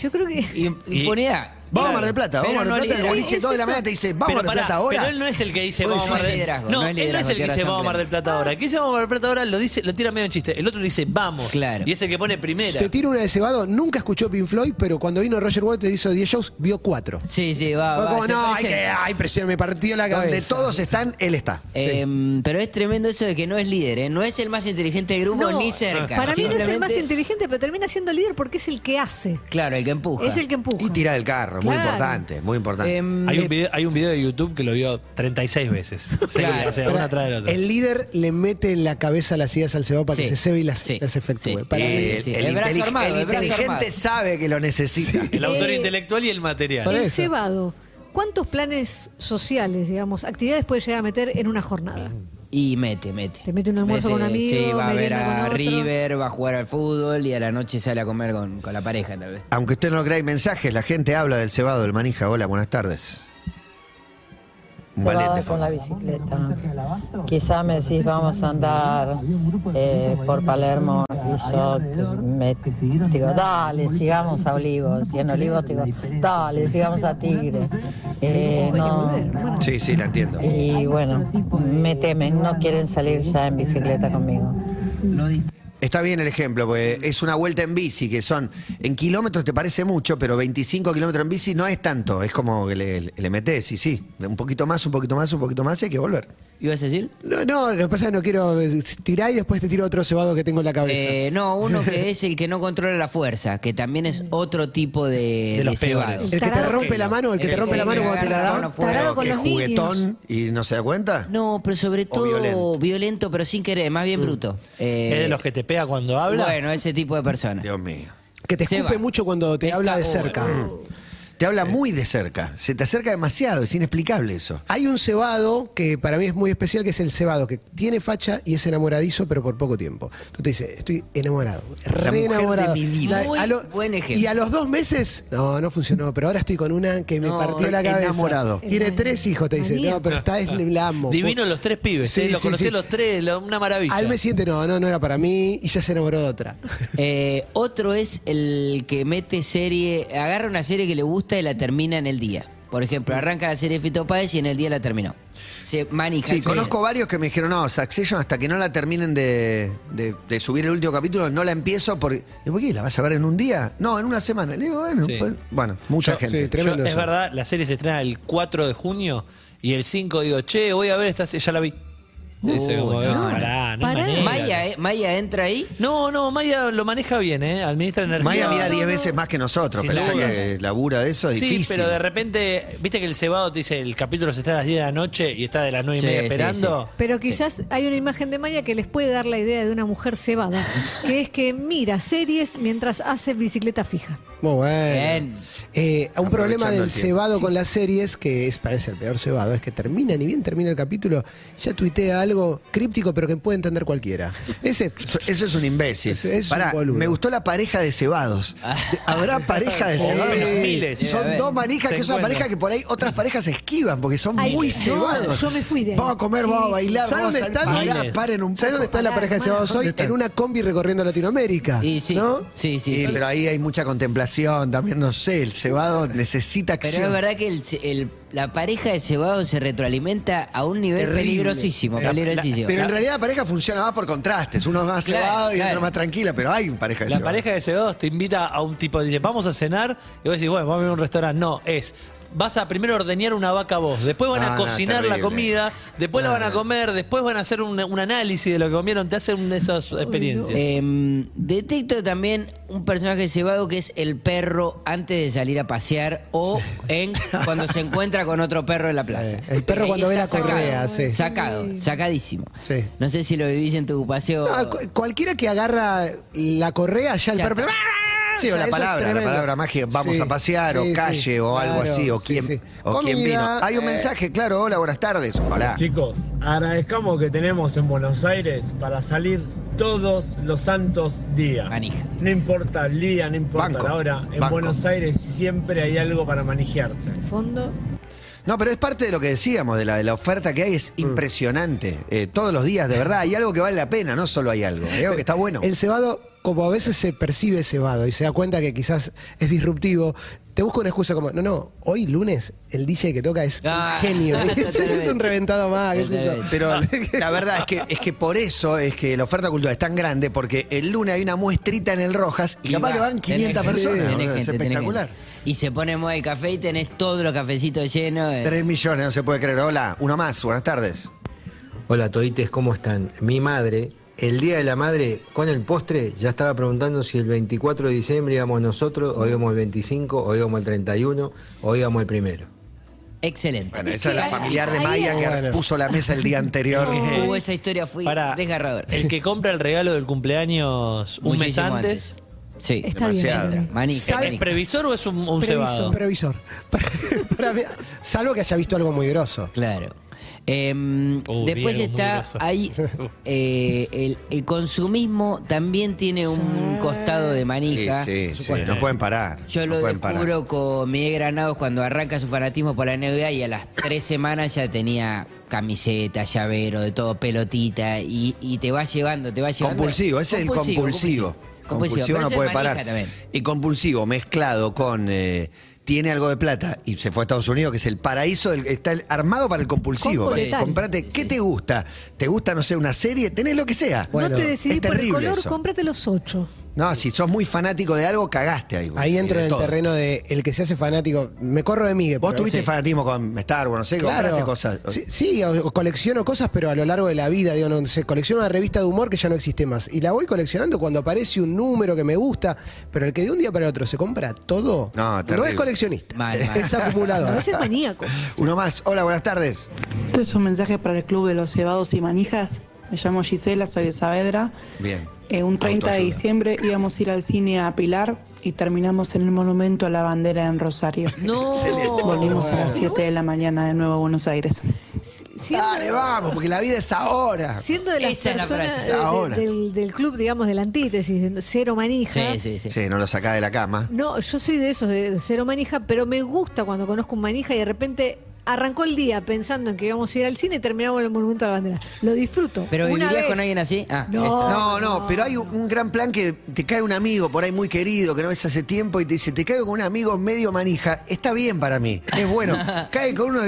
Speaker 7: Yo creo que.
Speaker 2: Y- Impunidad.
Speaker 4: Vamos a Mar del Plata, vamos
Speaker 2: Pero
Speaker 4: a Mar
Speaker 2: no
Speaker 4: del Plata, el
Speaker 2: liderazgo.
Speaker 4: boliche 2 de la
Speaker 7: Es
Speaker 4: mañana te dice, vamos a Mar del
Speaker 5: pará,
Speaker 4: Plata ahora.
Speaker 5: pero él no es el que dice
Speaker 4: Vos
Speaker 5: vamos a Mar
Speaker 4: decís,
Speaker 5: del Plata.
Speaker 2: liderazgo,
Speaker 5: No,
Speaker 2: no es
Speaker 5: él no es
Speaker 2: liderazgo,
Speaker 5: el que
Speaker 2: tiene
Speaker 5: dice
Speaker 2: razón,
Speaker 5: vamos a Mar del Plata ahora. El que dice vamos a Mar del Plata ahora lo dice, lo tira medio en chiste. El otro le dice vamos.
Speaker 2: Claro.
Speaker 5: Y es el que pone primera.
Speaker 6: Te tiro una de cebado. Nunca escuchó Pink Floyd, pero cuando vino Roger Waters y hizo 10 shows, vio 4.
Speaker 2: Sí, sí, va. va,
Speaker 6: como,
Speaker 2: se
Speaker 6: no, hay que,
Speaker 2: presenta.
Speaker 6: ay, presión, me partió la cabeza.
Speaker 4: Donde todos están, él está.
Speaker 2: Eh, Pero es tremendo eso de que no es líder, ¿eh? No es el más inteligente del grupo
Speaker 7: No,
Speaker 2: ni cerca.
Speaker 7: Para mí no es el
Speaker 2: Simplemente-
Speaker 7: más inteligente, pero termina siendo líder porque es el que hace.
Speaker 2: Claro, el que empuja.
Speaker 7: Es el que empuja.
Speaker 4: Y tira del carro, muy
Speaker 7: Claro.
Speaker 4: importante, muy importante.
Speaker 2: Em,
Speaker 5: Hay un, video, hay un video de YouTube que lo vio 36 veces.
Speaker 2: Claro.
Speaker 5: o sea,
Speaker 6: Pero
Speaker 5: una tras de la otra.
Speaker 6: El líder le mete en la cabeza las ideas al cebado para
Speaker 2: Sí,
Speaker 6: que se cebe y las,
Speaker 2: sí,
Speaker 6: las
Speaker 2: sí.
Speaker 6: efectúe. Para mí-
Speaker 2: Eh,
Speaker 4: el,
Speaker 2: sí,
Speaker 4: el
Speaker 2: el brazo
Speaker 4: intelig-
Speaker 2: armado,
Speaker 4: el
Speaker 2: el brazo
Speaker 4: inteligente
Speaker 2: armado.
Speaker 4: sabe que lo necesita.
Speaker 5: El autor
Speaker 7: Eh,
Speaker 5: intelectual y el
Speaker 6: Por
Speaker 5: material.
Speaker 6: eso.
Speaker 7: El cebado, ¿cuántos planes sociales, digamos, actividades puede llegar a meter en una jornada?
Speaker 2: Y mete, mete.
Speaker 7: Te mete un almuerzo con un amigo,
Speaker 2: Sí, va a ver
Speaker 7: merienda con
Speaker 2: a
Speaker 7: otro.
Speaker 2: River, va a jugar al fútbol y a la noche sale a comer con, con la pareja, tal vez.
Speaker 4: Aunque usted no lo crea, hay mensajes, la gente habla del cebado, del manija. Hola, buenas tardes. Un
Speaker 1: Se va a
Speaker 4: ballet
Speaker 1: dar
Speaker 4: de
Speaker 1: con
Speaker 4: fondo.
Speaker 1: la bicicleta. Quizá me decís vamos a andar eh, por Palermo y yo te- me digo, dale, sigamos a Olivos. Y en Olivos te digo, dale, sigamos a Tigre. Eh, no.
Speaker 4: Sí, sí, la entiendo.
Speaker 1: Y bueno, me temen, no quieren salir ya en bicicleta conmigo.
Speaker 4: Está bien el ejemplo, porque es una vuelta en bici, que son, en kilómetros te parece mucho, pero 25 kilómetros en bici no es tanto, es como que le, le metes, y sí, un poquito más, un poquito más, un poquito más, y hay que volver.
Speaker 2: ¿Ibas a decir?
Speaker 6: no, no, lo que pasa es que no quiero eh, tirar y después te tiro otro cebado que tengo en la cabeza.
Speaker 2: Eh, no, uno que es el que no controla la fuerza, que también es otro tipo de,
Speaker 5: De los
Speaker 2: cebado.
Speaker 5: peores.
Speaker 6: el que te
Speaker 7: tarado.
Speaker 6: rompe la mano, el que te
Speaker 2: El
Speaker 6: rompe la
Speaker 2: que
Speaker 6: mano
Speaker 2: me
Speaker 6: cuando te la
Speaker 2: agarra
Speaker 6: da.
Speaker 2: con afuera. Pero
Speaker 7: Tarado con
Speaker 4: que
Speaker 7: los
Speaker 4: juguetón
Speaker 7: niños.
Speaker 4: y no se da cuenta.
Speaker 2: No, pero sobre todo
Speaker 4: violento.
Speaker 2: violento. pero sin querer, más bien bruto. Eh,
Speaker 5: Es de los que te pega cuando habla.
Speaker 2: Bueno, ese tipo de personas.
Speaker 4: Dios mío.
Speaker 6: Que te escupe
Speaker 2: Seba.
Speaker 6: mucho cuando te
Speaker 2: Está
Speaker 6: habla de
Speaker 2: bueno. Mm.
Speaker 6: cerca.
Speaker 4: Te habla muy de cerca, se te acerca demasiado, es inexplicable eso.
Speaker 6: Hay un cebado que para mí es muy especial, que es el cebado, que tiene facha y es enamoradizo, pero por poco tiempo. Tú te dices, estoy enamorado,
Speaker 4: La
Speaker 6: re
Speaker 4: mujer de
Speaker 6: enamorado.
Speaker 4: mi vida.
Speaker 2: Muy buen ejemplo.
Speaker 6: Y a los dos meses, no, no funcionó, pero ahora estoy con una que me
Speaker 4: No,
Speaker 6: partió la cabeza.
Speaker 4: enamorado.
Speaker 6: Tiene tres hijos, te dice, no, pero esta es la amo.
Speaker 5: Divino los tres pibes.
Speaker 6: Sí,
Speaker 5: ¿eh? Los
Speaker 6: sí,
Speaker 5: conocí
Speaker 6: sí.
Speaker 5: a los tres, lo- una maravilla.
Speaker 6: Al mes siguiente, no, no, no era para mí, y ya se enamoró de otra.
Speaker 2: Eh, otro es el que mete serie, agarra una serie que le gusta y la termina en el día. Por ejemplo, arranca la serie Fito Páez y en el día la terminó. Se manija.
Speaker 4: Sí,
Speaker 2: el
Speaker 4: conozco
Speaker 2: día.
Speaker 4: varios que me dijeron, no, Succession, hasta que no la terminen de, de- de subir el último capítulo, no la empiezo porque... Digo, ¿Por qué? ¿La vas a ver en un día? No, en una semana. Le digo, bueno,
Speaker 5: Sí.
Speaker 4: pues- bueno, mucha
Speaker 5: Yo-
Speaker 4: gente.
Speaker 6: sí, tremendo
Speaker 5: Yo- es
Speaker 6: eso.
Speaker 5: verdad, la serie se estrena el 4 de junio Y el 5 digo, che, voy a ver esta serie, ya la vi. Ese, como, pará, no hay
Speaker 2: Pará.
Speaker 5: manera.
Speaker 2: Maya, eh, Maya entra ahí.
Speaker 5: No, no, Maya lo maneja bien, ¿eh? Administra energía.
Speaker 4: Maya mira
Speaker 7: no,
Speaker 4: 10
Speaker 7: no.
Speaker 4: veces más que nosotros,
Speaker 5: Sin
Speaker 4: pero
Speaker 5: duda.
Speaker 4: que labura de eso es
Speaker 5: Sí,
Speaker 4: difícil.
Speaker 5: pero de repente, viste que el cebado te dice el capítulo se está a las 10 de la noche y está de las 9
Speaker 2: Sí,
Speaker 5: y media
Speaker 2: sí,
Speaker 5: esperando.
Speaker 7: Pero quizás hay una imagen de Maya que les puede dar la idea de una mujer cebada, que es que mira series mientras hace bicicleta fija.
Speaker 6: Muy bueno.
Speaker 2: Bien.
Speaker 6: Eh, un problema
Speaker 4: Aprovechando
Speaker 6: del
Speaker 4: el tiempo.
Speaker 6: cebado con las series, que es parece el peor cebado, es que termina, ni bien termina el capítulo, ya tuitea algo críptico, pero que puede entender cualquiera. Ese.
Speaker 4: Eso- Eso es un imbécil.
Speaker 6: Es- es un
Speaker 4: Pará,
Speaker 6: boludo. Ah.
Speaker 4: me gustó la pareja de cebados. De- Habrá pareja de
Speaker 5: Sí,
Speaker 4: cebados.
Speaker 5: pero miles.
Speaker 4: Son
Speaker 2: Sí, a ver.
Speaker 4: dos manijas que es una
Speaker 5: Se
Speaker 4: pareja
Speaker 5: encuentran.
Speaker 4: que por ahí otras parejas esquivan porque son
Speaker 7: Ay,
Speaker 4: muy
Speaker 7: no,
Speaker 4: cebados.
Speaker 7: yo me fui de ahí.
Speaker 4: Vamos a comer,
Speaker 7: Sí,
Speaker 4: vamos a
Speaker 7: sí.
Speaker 4: bailar,
Speaker 6: ¿Sabes
Speaker 4: vamos a
Speaker 6: dónde están?
Speaker 4: salir. Pará,
Speaker 5: Miles.
Speaker 4: paren un
Speaker 6: ¿Sabes dónde
Speaker 4: poco.
Speaker 6: está la pareja de cebados hoy?
Speaker 4: están?
Speaker 6: En una combi recorriendo Latinoamérica.
Speaker 2: Y sí.
Speaker 6: ¿No?
Speaker 2: Sí, sí.
Speaker 4: Sí,
Speaker 2: sí.
Speaker 4: pero ahí hay mucha contemplación, también no sé, el cebado necesita
Speaker 2: Pero
Speaker 4: acción.
Speaker 2: es verdad que el, ce- el- la pareja de cebado se retroalimenta a un nivel
Speaker 4: Terrible.
Speaker 2: peligrosísimo,
Speaker 4: Sí. La-
Speaker 2: peligrosísimo.
Speaker 4: Pero en realidad la pareja funciona más por contrastes, uno más
Speaker 2: Claro,
Speaker 4: cebado y
Speaker 2: claro.
Speaker 4: otro más tranquila, pero hay pareja de
Speaker 5: La
Speaker 4: cebados.
Speaker 5: pareja de cebados te invita a un tipo, dice, vamos a cenar, y vos decís, bueno, vamos a ir a un restaurante. No, es. Vas a primero ordeñar una vaca vos, después van
Speaker 4: Ah, No,
Speaker 5: a
Speaker 4: no,
Speaker 5: cocinar la
Speaker 4: terrible.
Speaker 5: comida, después la
Speaker 4: No,
Speaker 5: van a
Speaker 4: no.
Speaker 5: comer, después van a hacer un, un análisis de lo que comieron, te hacen esas experiencias.
Speaker 2: Em, detecto también un personaje cebado que es el perro antes de salir a pasear o en cuando se encuentra con otro perro en la plaza.
Speaker 6: Eh, el perro
Speaker 2: Ahí
Speaker 6: cuando ve
Speaker 2: está
Speaker 6: la correa, sí.
Speaker 2: Sacado, sacadísimo.
Speaker 6: Sí.
Speaker 2: No sé si lo vivís en tu paseo.
Speaker 6: No, Ah, cu- cualquiera que agarra la correa, ya el
Speaker 2: Ya
Speaker 6: perro.
Speaker 2: está.
Speaker 4: ¡ah! Sí, o la palabra, la palabra mágica, vamos a pasear, o calle, o algo así, o quién, o quién vino. Hay un
Speaker 6: eh.
Speaker 4: mensaje, claro, hola, buenas tardes. Hola.
Speaker 8: Chicos, agradezcamos que tenemos en Buenos Aires para salir todos los santos días.
Speaker 2: Manija.
Speaker 8: No importa el día, no importa
Speaker 4: Banco,
Speaker 8: la hora, en
Speaker 4: banco.
Speaker 8: Buenos Aires siempre hay algo para manejarse.
Speaker 7: De fondo.
Speaker 4: No, pero es parte de lo que decíamos, de la, de la oferta que hay, es
Speaker 6: Mm.
Speaker 4: impresionante. Eh, todos los días, de verdad, hay algo que vale la pena, no solo hay algo. Hay algo que está bueno.
Speaker 6: El cebado, como a veces se percibe cebado y se da cuenta que quizás es disruptivo, te busca una excusa como, no, no, hoy lunes el DJ que toca es
Speaker 2: Ah,
Speaker 6: un genio. es
Speaker 2: totalmente.
Speaker 6: un reventado más. qué sé yo.
Speaker 2: Totalmente.
Speaker 4: Pero la verdad es que, es que por eso es que la oferta cultural es tan grande, porque el lunes hay una muestrita en el Rojas y,
Speaker 2: Y
Speaker 4: capaz
Speaker 2: va,
Speaker 4: que van
Speaker 2: tenés
Speaker 4: 500
Speaker 2: gente,
Speaker 4: personas.
Speaker 2: tenés
Speaker 4: boludo, es
Speaker 2: gente, tenés
Speaker 4: espectacular.
Speaker 2: gente. Y se pone en moda el café y tenés todos los cafecitos llenos. eh.
Speaker 4: 3 millones, no se puede creer. Hola, uno más, buenas tardes.
Speaker 9: Hola todites, ¿cómo están? Mi madre, el día de la madre, con el postre, ya estaba preguntando si el 24 de diciembre íbamos nosotros, o íbamos el 25, o íbamos el 31, o íbamos el primero.
Speaker 2: Excelente.
Speaker 4: Bueno, esa es la
Speaker 7: Ahí-
Speaker 4: familiar de
Speaker 7: ahí
Speaker 4: Maya que
Speaker 6: Bueno.
Speaker 4: puso la mesa el día anterior.
Speaker 5: Eh,
Speaker 2: Uh, esa historia fue
Speaker 5: Pará,
Speaker 2: desgarradora.
Speaker 4: Eh,
Speaker 5: El que compra el regalo del cumpleaños un mes
Speaker 2: Muchísimo
Speaker 5: antes,
Speaker 2: Sí.
Speaker 7: Está
Speaker 4: Demasiado.
Speaker 7: bien. Adri.
Speaker 2: Manija,
Speaker 5: ¿sale
Speaker 2: manija.
Speaker 5: previsor o es un, un cebado?
Speaker 6: Previsor. previsor. Para- para mí, salvo que haya visto algo muy grosso.
Speaker 2: Claro. Em,
Speaker 5: Oh,
Speaker 2: después
Speaker 5: Diego, muy
Speaker 2: está
Speaker 5: groso.
Speaker 2: ahí eh, el, el consumismo también tiene un costado de
Speaker 4: Sí,
Speaker 2: manija.
Speaker 4: sí, sí, no pueden parar.
Speaker 2: Yo
Speaker 4: no
Speaker 2: lo
Speaker 4: pueden parar.
Speaker 2: descubro con Miguel Granados cuando arranca su fanatismo por la NBA y a las tres semanas ya tenía camiseta, llavero, de todo, pelotita y, y te va llevando, te va llevando.
Speaker 4: Compulsivo, ese es el compulsivo. Compulsivo,
Speaker 2: pero
Speaker 4: no
Speaker 2: eso es
Speaker 4: puede
Speaker 2: manija
Speaker 4: parar.
Speaker 2: también.
Speaker 4: Y compulsivo mezclado con eh, tiene algo de plata y se fue a Estados Unidos, que es el paraíso, del, está el- armado para el compulsivo.
Speaker 7: Completar.
Speaker 4: Eh, comprate, ¿qué te gusta? ¿Te gusta, no sé, una serie? Tenés lo que sea.
Speaker 7: no te decidís
Speaker 4: es
Speaker 7: por el
Speaker 4: terrible
Speaker 7: color,
Speaker 4: eso.
Speaker 7: cómprate los ocho.
Speaker 4: No, si sos muy fanático de algo, cagaste ahí.
Speaker 6: Ahí
Speaker 4: eh,
Speaker 6: entro
Speaker 4: de
Speaker 6: en el
Speaker 4: todo.
Speaker 6: terreno de el que se hace fanático. Me corro de Miguel.
Speaker 4: Vos
Speaker 6: pero-
Speaker 4: tuviste
Speaker 6: sí.
Speaker 4: fanatismo con Star Wars, no sé, compraste cosas.
Speaker 6: Sí, sí, o- o colecciono cosas, pero a lo largo de la vida, digo, no sé, colecciono una revista de humor que ya no existe más. Y la voy coleccionando cuando aparece un número que me gusta, pero el que de un día para el otro se compra todo,
Speaker 4: No, terrible.
Speaker 6: es coleccionista,
Speaker 2: Mal, mal.
Speaker 6: es
Speaker 7: A
Speaker 6: acumulador.
Speaker 7: veces es maníaco.
Speaker 4: Uno más. Hola, buenas tardes.
Speaker 10: Esto es un mensaje para el Club de los Cebados y Manijas. Me llamo Gisela, soy de Saavedra.
Speaker 4: Bien.
Speaker 10: Eh, un 30 de
Speaker 4: Autoayuda.
Speaker 10: diciembre íbamos a ir al cine a Pilar y terminamos en el monumento a la bandera en Rosario.
Speaker 2: No.
Speaker 10: Volvimos a las 7 de la mañana de nuevo a Buenos Aires.
Speaker 4: Dale,
Speaker 7: Siendo,
Speaker 4: vamos, porque la vida es ahora.
Speaker 7: siendo de las
Speaker 2: Esa es la
Speaker 7: personas
Speaker 2: frase.
Speaker 7: eh, de-
Speaker 4: Ahora.
Speaker 7: del, del club, digamos, de la antítesis, de cero manija.
Speaker 2: Sí, sí, sí.
Speaker 4: Sí, no lo sacás de la cama.
Speaker 7: No, yo soy de esos, de cero manija, pero me gusta cuando conozco un manija y de repente arrancó el día pensando en que íbamos a ir al cine y terminamos en el Monumento a la Bandera. Lo disfruto.
Speaker 2: ¿Pero
Speaker 7: Una
Speaker 2: vivirías
Speaker 7: vez.
Speaker 2: con alguien así? Ah,
Speaker 7: no,
Speaker 4: No, no, pero hay un un gran plan que te cae un amigo por ahí muy querido que no ves hace tiempo y te dice, te caigo con un amigo medio manija, está bien para mí, es bueno. Cae con uno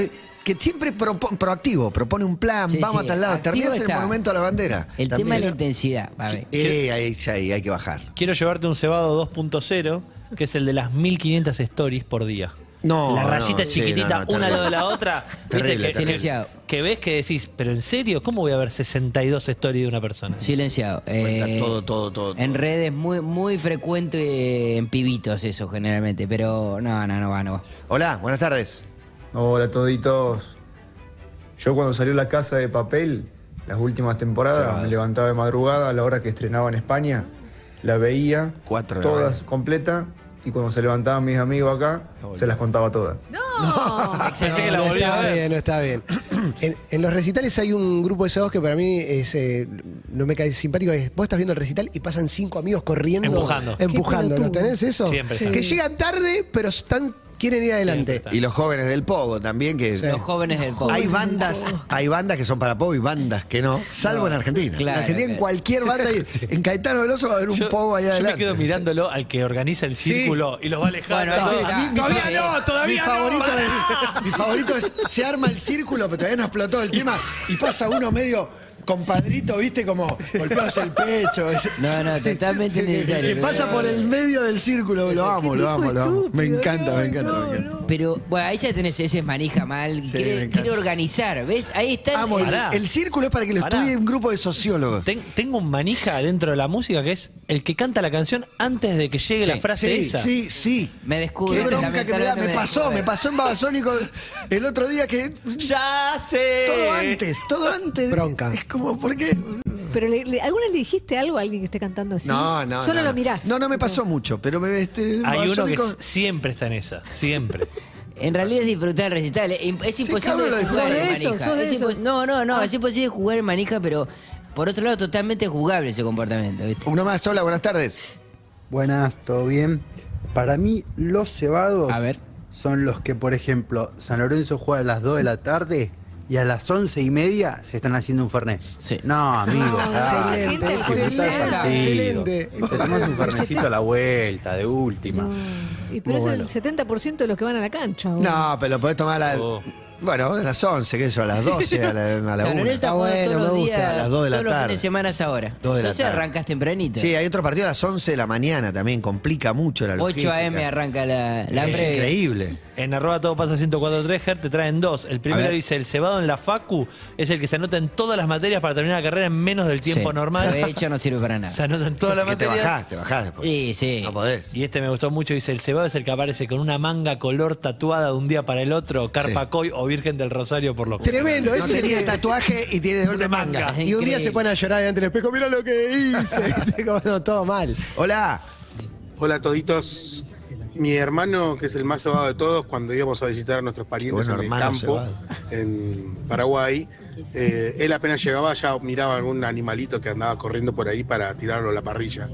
Speaker 4: que siempre propo- proactivo, propone un plan,
Speaker 2: Sí,
Speaker 4: vamos
Speaker 2: sí,
Speaker 4: a tal lado,
Speaker 2: activo
Speaker 4: terminas el
Speaker 2: está.
Speaker 4: monumento a la bandera.
Speaker 2: El tema de la intensidad. A ver.
Speaker 4: Eh, ahí, ahí, hay que bajar.
Speaker 5: Quiero llevarte un cebado 2.0, que es el de las 1500 stories por día.
Speaker 4: No,
Speaker 5: la rayita
Speaker 4: no, sí,
Speaker 5: chiquitita,
Speaker 4: no, no,
Speaker 5: una
Speaker 4: terrible.
Speaker 5: al lado de la otra. ¿viste?
Speaker 4: Terrible,
Speaker 5: que,
Speaker 4: terrible.
Speaker 5: que- que ves que decís, pero en serio, ¿cómo voy a ver 62 stories de una persona?
Speaker 2: Silenciado.
Speaker 4: Cuenta
Speaker 2: Eh,
Speaker 4: todo, todo, todo.
Speaker 2: En
Speaker 4: todo.
Speaker 2: redes muy, muy frecuente en pibitos eso generalmente, pero no, no, no va, no va.
Speaker 4: Hola, buenas tardes.
Speaker 9: Hola toditos. Yo cuando salió La Casa de Papel, las últimas temporadas,
Speaker 4: Sábado.
Speaker 9: me levantaba de madrugada a la hora que estrenaba en España, la veía,
Speaker 4: Cuatro de la
Speaker 9: todas
Speaker 4: mañana.
Speaker 9: completa, y cuando se levantaban mis amigos acá,
Speaker 4: volvió.
Speaker 9: se las contaba todas.
Speaker 4: Ah,
Speaker 5: Pensé que la
Speaker 6: no
Speaker 5: volví a
Speaker 6: está
Speaker 5: ver.
Speaker 6: bien, no está bien. En, en los recitales hay un grupo de esos que para mí es, eh, no me cae simpático. es, vos estás viendo el recital y pasan cinco amigos corriendo.
Speaker 5: Empujando.
Speaker 6: Empujando.
Speaker 7: Qué
Speaker 6: ¿Los
Speaker 7: pelotudo.
Speaker 6: tenés eso?
Speaker 5: Siempre
Speaker 6: Que
Speaker 5: está.
Speaker 6: llegan tarde, pero están, quieren ir adelante.
Speaker 5: Siempre
Speaker 4: Y los jóvenes del Pogo también, que
Speaker 6: Sí.
Speaker 2: Los jóvenes del pop.
Speaker 4: hay bandas, hay bandas que son para Pogo y bandas que no, salvo en Argentina.
Speaker 2: claro,
Speaker 4: en Argentina, en
Speaker 2: claro.
Speaker 4: cualquier banda, y- en Caetano Veloso va a haber un
Speaker 5: Yo-
Speaker 4: Pogo allá
Speaker 5: yo me
Speaker 4: adelante.
Speaker 5: quedo mirándolo al que organiza el
Speaker 4: Sí.
Speaker 5: círculo y los va alejando.
Speaker 2: Bueno,
Speaker 5: Sí.
Speaker 2: eso
Speaker 5: A mí- todavía
Speaker 2: sí.
Speaker 5: no,
Speaker 4: mi
Speaker 5: todavía
Speaker 4: favorito
Speaker 5: no.
Speaker 4: es, mi favorito es, se arma el círculo, pero todavía no explotó el tema y pasa uno medio compadrito, viste, como golpeándose el pecho.
Speaker 2: No, no, totalmente
Speaker 4: Que
Speaker 2: necesario.
Speaker 4: pasa por el medio del círculo, lo amo, lo amo, lo amo. Me encanta, me encanta, me encanta.
Speaker 2: Pero bueno, ahí ya tenés ese manija mal,
Speaker 4: Sí, me
Speaker 2: quiere,
Speaker 4: encanta.
Speaker 2: quiere organizar, ¿ves? Ahí está.
Speaker 4: Amo, el,
Speaker 5: Pará.
Speaker 4: el círculo es para que lo
Speaker 5: Pará.
Speaker 4: estudie un grupo de sociólogos.
Speaker 5: Ten- tengo un manija dentro de la música que es el que canta la canción antes de que llegue la frase
Speaker 4: sí,
Speaker 5: esa.
Speaker 4: sí, sí.
Speaker 2: Me descubre,
Speaker 4: Qué bronca que me da.
Speaker 2: lamentablemente
Speaker 4: Me
Speaker 2: me
Speaker 4: pasó,
Speaker 2: descubre.
Speaker 4: me pasó en Babasónico el otro día que.
Speaker 5: Ya sé.
Speaker 4: Todo antes, todo antes.
Speaker 6: Bronca.
Speaker 4: Es como, ¿por qué?
Speaker 7: Pero le- le- ¿alguna vez le dijiste algo a alguien que esté cantando así?
Speaker 4: No, no.
Speaker 7: Solo
Speaker 4: no,
Speaker 7: lo
Speaker 4: no.
Speaker 7: mirás.
Speaker 4: No, no me pasó mucho, pero me. Este, en
Speaker 5: Hay uno que
Speaker 4: Babasónico-
Speaker 5: s- siempre está en esa, siempre.
Speaker 2: En realidad es disfrutar el recital. Es imp- es
Speaker 4: cabrón,
Speaker 2: imposible jugar
Speaker 4: lo
Speaker 2: en
Speaker 7: disfruta. Sos de esos, sos
Speaker 2: manija.
Speaker 7: de
Speaker 2: Es
Speaker 7: esos. Ah.
Speaker 2: impos- No, no, no, es imposible jugar en manija, pero por otro lado totalmente jugable ese comportamiento, ¿viste?
Speaker 4: Uno más, hola, buenas tardes.
Speaker 11: Buenas, ¿todo bien? Para mí, los cebados
Speaker 2: A ver.
Speaker 11: son los que, por ejemplo, San Lorenzo juega a las 2 de la tarde y a las 11 y media se están haciendo un Fernet.
Speaker 2: Sí.
Speaker 11: No, amigo.
Speaker 4: Ah,
Speaker 11: dale,
Speaker 7: excelente,
Speaker 11: hay que disfrutar el
Speaker 7: excelente,
Speaker 11: partido.
Speaker 6: excelente.
Speaker 11: Te tomás un Fernecito a la vuelta, de última.
Speaker 7: No. Y pero es el 70% de los que van a la cancha. boludo.
Speaker 4: No, pero lo podés tomar a la.
Speaker 5: Oh.
Speaker 4: Bueno, a las 11, qué sé yo, a las 12, a la, a la
Speaker 2: San
Speaker 4: 1.
Speaker 2: Lorenzo está jugando
Speaker 6: bueno,
Speaker 2: todos los
Speaker 6: me gusta,
Speaker 2: días,
Speaker 4: a las dos de la
Speaker 2: todos los
Speaker 4: tarde.
Speaker 2: fines de semana es ahora.
Speaker 4: Dos de la
Speaker 2: Entonces
Speaker 4: tarde.
Speaker 2: arrancas tempranito.
Speaker 4: Sí, hay otro partido a las 11 de la mañana también, complica mucho la
Speaker 2: 8
Speaker 4: logística.
Speaker 2: a.m. arranca la, la
Speaker 4: Es
Speaker 2: previa.
Speaker 4: increíble.
Speaker 5: En arroba todo pasa 1043 Ger te traen dos. El primero
Speaker 2: ver.
Speaker 5: dice el cebado en la facu es el que se anota en todas las materias para terminar la carrera en menos del
Speaker 2: Sí.
Speaker 5: tiempo
Speaker 2: De
Speaker 5: normal.
Speaker 2: hecho, no sirve para nada.
Speaker 5: Se anota en todas las
Speaker 4: Que te
Speaker 5: materias.
Speaker 4: bajás, te bajás después.
Speaker 2: Sí, sí.
Speaker 4: No podés.
Speaker 5: Y este me gustó mucho, dice, el cebado es el que aparece con una manga color tatuada de un día para el otro, Carpa
Speaker 4: Sí.
Speaker 5: Coy o Virgen del Rosario por los
Speaker 6: Tremendo,
Speaker 4: No
Speaker 6: eso
Speaker 4: tenía tatuaje y tiene de golpe manga.
Speaker 2: manga.
Speaker 6: Y un día
Speaker 2: Increíble.
Speaker 6: se ponen a llorar delante del espejo, mira lo que hice. ¿viste? Como, no, todo mal.
Speaker 4: Hola.
Speaker 12: Hola toditos. Mi hermano, que es el más cebado de todos, cuando íbamos a visitar a nuestros parientes
Speaker 4: Qué
Speaker 12: en
Speaker 4: bueno,
Speaker 12: el campo,
Speaker 4: hermano cebado.
Speaker 12: en Paraguay, eh, él apenas llegaba ya miraba algún animalito que andaba corriendo por ahí para tirarlo a la parrilla.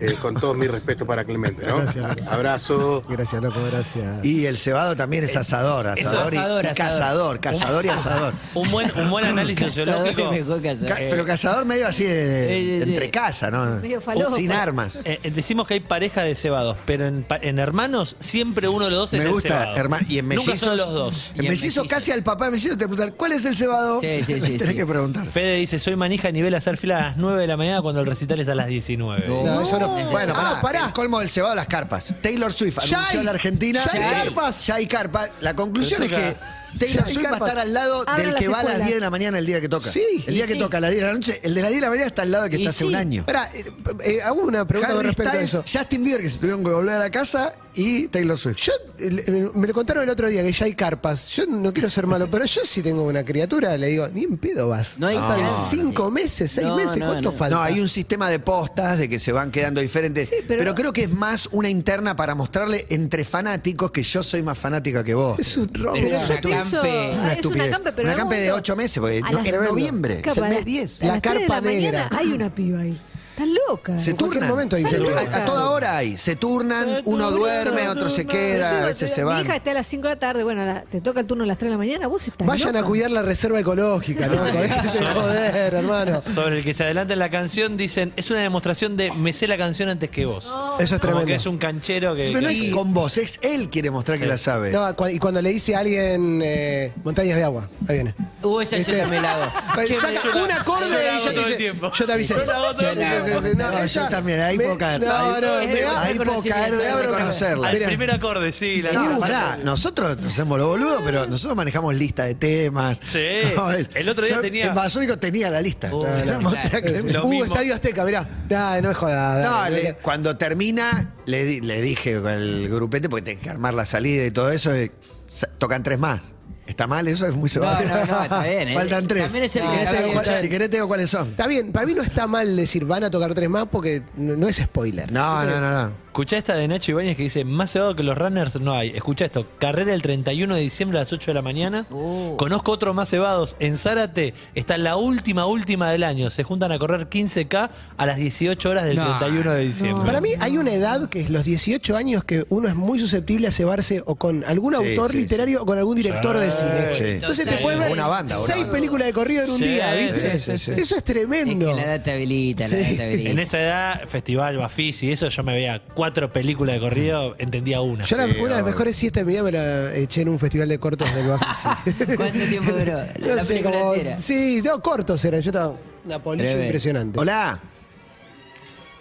Speaker 12: Eh, con todo mi respeto para Clemente, ¿no?
Speaker 6: Gracias, Luca.
Speaker 12: Abrazo.
Speaker 6: Gracias, loco, gracias.
Speaker 4: Y el cebado también es asador, asador,
Speaker 2: asador,
Speaker 4: y- y,
Speaker 2: asador.
Speaker 4: cazador, cazador y asador.
Speaker 5: Un buen, un buen análisis
Speaker 2: Cazador es
Speaker 5: sociológico.
Speaker 2: mejor cazador.
Speaker 4: Ca- pero cazador medio así de-
Speaker 2: Sí, sí, sí.
Speaker 4: entre casa, ¿no? Uh,
Speaker 7: Medio falopa.
Speaker 4: Sin armas.
Speaker 5: Eh, eh, decimos que hay pareja de cebados, pero en, pa- en hermanos siempre uno de los dos
Speaker 4: Me
Speaker 5: es el
Speaker 4: gusta,
Speaker 5: cebado.
Speaker 4: hermano. Y en
Speaker 5: Nunca
Speaker 4: mellizos.
Speaker 5: son los dos.
Speaker 4: En
Speaker 2: Y en
Speaker 4: mellizos
Speaker 2: mellizos.
Speaker 4: casi al papá de mellizos te preguntan, ¿cuál es el cebado?
Speaker 2: Sí, sí, sí,
Speaker 4: Le tenés
Speaker 2: sí.
Speaker 4: que preguntar.
Speaker 5: Fede dice, soy manija a nivel hacer fila a las 9 de la mañana cuando el recital es a las 19.
Speaker 6: No, eso no-
Speaker 4: Bueno,
Speaker 6: Ah,
Speaker 4: pará,
Speaker 6: pará.
Speaker 4: El colmo del cebado, las carpas. Taylor Swift
Speaker 6: Ya
Speaker 4: anunció
Speaker 6: hay-
Speaker 4: en la Argentina.
Speaker 6: ya hay
Speaker 4: Ya
Speaker 6: carpas.
Speaker 4: Ya hay carpas. La conclusión es
Speaker 5: Pero
Speaker 4: que
Speaker 5: toca-
Speaker 6: ya
Speaker 4: Taylor
Speaker 6: hay
Speaker 4: Swift va a
Speaker 6: carpas.
Speaker 4: estar al lado
Speaker 7: Abran
Speaker 4: del
Speaker 7: las
Speaker 4: que va a las
Speaker 7: escuelas.
Speaker 4: 10 de la mañana el día que toca.
Speaker 6: Sí.
Speaker 4: El día que
Speaker 2: sí.
Speaker 4: toca a las 10 de la noche, el de las 10 de la mañana está al lado del que
Speaker 2: Y
Speaker 4: está hace
Speaker 2: sí.
Speaker 4: un año.
Speaker 6: Pará, eh, eh, hago una pregunta con
Speaker 4: Harry
Speaker 6: respecto a
Speaker 4: Styles,
Speaker 6: eso.
Speaker 4: Justin Bieber, que se tuvieron que volver a la casa, y Taylor Swift.
Speaker 6: Yo, eh, me lo contaron el otro día que ya hay carpas. Yo no quiero ser malo, pero yo si tengo una criatura, le digo, ni en pedo vas.
Speaker 2: No hay
Speaker 6: Faltan
Speaker 2: chance.
Speaker 6: cinco meses, seis
Speaker 2: No,
Speaker 6: meses,
Speaker 2: no,
Speaker 6: ¿cuánto
Speaker 2: no.
Speaker 6: falta?
Speaker 4: No, hay un sistema de postas de que se van quedando diferentes.
Speaker 7: Sí,
Speaker 4: pero,
Speaker 7: pero-
Speaker 4: creo que es más una interna para mostrarle entre fanáticos que yo soy más fanática que vos.
Speaker 6: Es un robo.
Speaker 2: Pero
Speaker 7: Pero
Speaker 2: es
Speaker 7: yo
Speaker 2: una
Speaker 7: pienso-
Speaker 2: campe.
Speaker 7: ah,
Speaker 4: Una
Speaker 7: es
Speaker 4: estupidez.
Speaker 7: una campe, pero
Speaker 4: Una
Speaker 7: en algún
Speaker 4: campe de
Speaker 7: momento-
Speaker 4: ocho meses, porque
Speaker 7: a
Speaker 4: no-
Speaker 7: las-
Speaker 4: en noviembre,
Speaker 7: Capaz,
Speaker 4: es el mes 10.
Speaker 7: a las
Speaker 6: La
Speaker 7: tres de
Speaker 6: carpa negra.
Speaker 7: mañana hay una piba ahí. Está loca.
Speaker 4: Se
Speaker 6: En cualquier
Speaker 4: turnan.
Speaker 6: momento hay
Speaker 4: Se
Speaker 6: turno.
Speaker 4: turnan. a, a toda hora hay. Se turnan,
Speaker 5: Se
Speaker 4: uno
Speaker 5: turnan,
Speaker 4: duerme,
Speaker 5: se
Speaker 4: otro se
Speaker 5: turnan.
Speaker 4: queda, a
Speaker 7: Yo,
Speaker 4: veces
Speaker 7: yo-
Speaker 4: se
Speaker 7: Mi
Speaker 4: van.
Speaker 7: hija está a las 5 de la tarde, bueno, a la- te toca el turno a las 3 de la mañana, vos estás
Speaker 6: Vayan
Speaker 7: loca.
Speaker 6: a cuidar la reserva ecológica, loco. déjense de joder, hermano.
Speaker 5: Sobre el que se adelanta en la canción dicen, es una demostración de me sé la canción antes que vos.
Speaker 6: Eso es
Speaker 5: Como
Speaker 6: tremendo.
Speaker 5: que es un canchero que...
Speaker 4: Pero no
Speaker 5: que-
Speaker 4: es con vos, es él quiere mostrar que la sabe.
Speaker 6: No, cu- y cuando le dice a alguien eh, montañas de agua, ahí viene.
Speaker 2: Uh, esa yo
Speaker 6: Este,
Speaker 2: también la hago.
Speaker 6: Pues,
Speaker 2: Ah, Che,
Speaker 6: saca
Speaker 2: me- yo la-
Speaker 6: un acorde
Speaker 2: yo la
Speaker 6: y
Speaker 2: hago
Speaker 6: ya te
Speaker 2: todo el
Speaker 6: dice,
Speaker 2: tiempo.
Speaker 6: yo te avisé.
Speaker 2: Yo la hago todo el
Speaker 6: Sí, sí,
Speaker 2: tiempo.
Speaker 6: sí, sí, no,
Speaker 4: No,
Speaker 6: ella-
Speaker 4: yo también, ahí
Speaker 6: me-
Speaker 4: puedo caer.
Speaker 6: No, no,
Speaker 2: Es
Speaker 6: me
Speaker 2: de
Speaker 6: da-
Speaker 4: Ahí puedo caer de reconocerla.
Speaker 5: Al primer acorde, sí. La
Speaker 4: No,
Speaker 5: la-
Speaker 4: pará, nosotros nos hacemos los boludos, pero nosotros manejamos lista de temas.
Speaker 5: Sí,
Speaker 4: No,
Speaker 5: el otro día
Speaker 4: yo
Speaker 5: tenía-
Speaker 4: En Basónico tenía la lista.
Speaker 2: Uh,
Speaker 4: Se la
Speaker 2: claro.
Speaker 4: mostré a Clemente.
Speaker 5: Lo
Speaker 6: Uh,
Speaker 5: mismo.
Speaker 6: Estadio Azteca, mirá. Nah, no es jodada.
Speaker 4: No,
Speaker 6: dale,
Speaker 4: le-
Speaker 6: mirá.
Speaker 4: cuando termina, le, di- le dije con el grupete, porque tenés que armar la salida y todo eso, eh, sa- tocan tres más. ¿Está mal eso? Es muy
Speaker 2: No,
Speaker 4: cebado.
Speaker 2: no, no, está bien. eh.
Speaker 4: Faltan tres.
Speaker 2: También es
Speaker 4: si,
Speaker 2: el que
Speaker 4: querés te digo,
Speaker 2: está
Speaker 4: cuál-
Speaker 2: bien.
Speaker 4: si querés te digo cuáles son.
Speaker 6: Está bien, para mí no está mal decir van a tocar tres más porque no, no es spoiler.
Speaker 4: No, no, no, no.
Speaker 5: Escuchá esta de Nacho Ibáñez que dice, más cebado que los runners no hay. Escuchá esto, carrera el 31 de diciembre a las 8 de la mañana.
Speaker 2: Uh.
Speaker 5: Conozco otros más cebados. En Zárate está la última, última del año. Se juntan a correr 15K a las 18 horas del
Speaker 2: No.
Speaker 5: 31 de diciembre.
Speaker 6: Para mí hay una edad que es los 18 años que uno es muy susceptible a cebarse o con algún
Speaker 4: Sí,
Speaker 6: autor
Speaker 4: sí,
Speaker 6: literario o con algún director de cine.
Speaker 4: Sí.
Speaker 6: Entonces te
Speaker 2: Total.
Speaker 6: puedes ver
Speaker 4: Una banda, una
Speaker 6: seis
Speaker 4: banda.
Speaker 6: películas de corrido en un
Speaker 5: Sí,
Speaker 6: día, ¿viste?
Speaker 5: sí,
Speaker 4: sí, sí.
Speaker 6: Eso es
Speaker 2: Es
Speaker 6: tremendo.
Speaker 2: que la edad te habilita, la
Speaker 6: Sí.
Speaker 2: edad te habilita.
Speaker 5: En esa edad, Festival, Bafis y eso, yo me veía cuatro películas de corrido, entendía una.
Speaker 6: Yo la-
Speaker 4: Sí,
Speaker 6: una de las
Speaker 4: obvio.
Speaker 6: mejores siestas de mi vida me la eché en un festival de cortos del Bafisi.
Speaker 2: ¿Cuánto tiempo duró? La-
Speaker 6: no
Speaker 2: la
Speaker 6: sé,
Speaker 2: película
Speaker 6: como.
Speaker 2: entera.
Speaker 6: Sí, no, cortos eran. Yo estaba una polilla
Speaker 2: Breve.
Speaker 6: impresionante.
Speaker 4: Hola.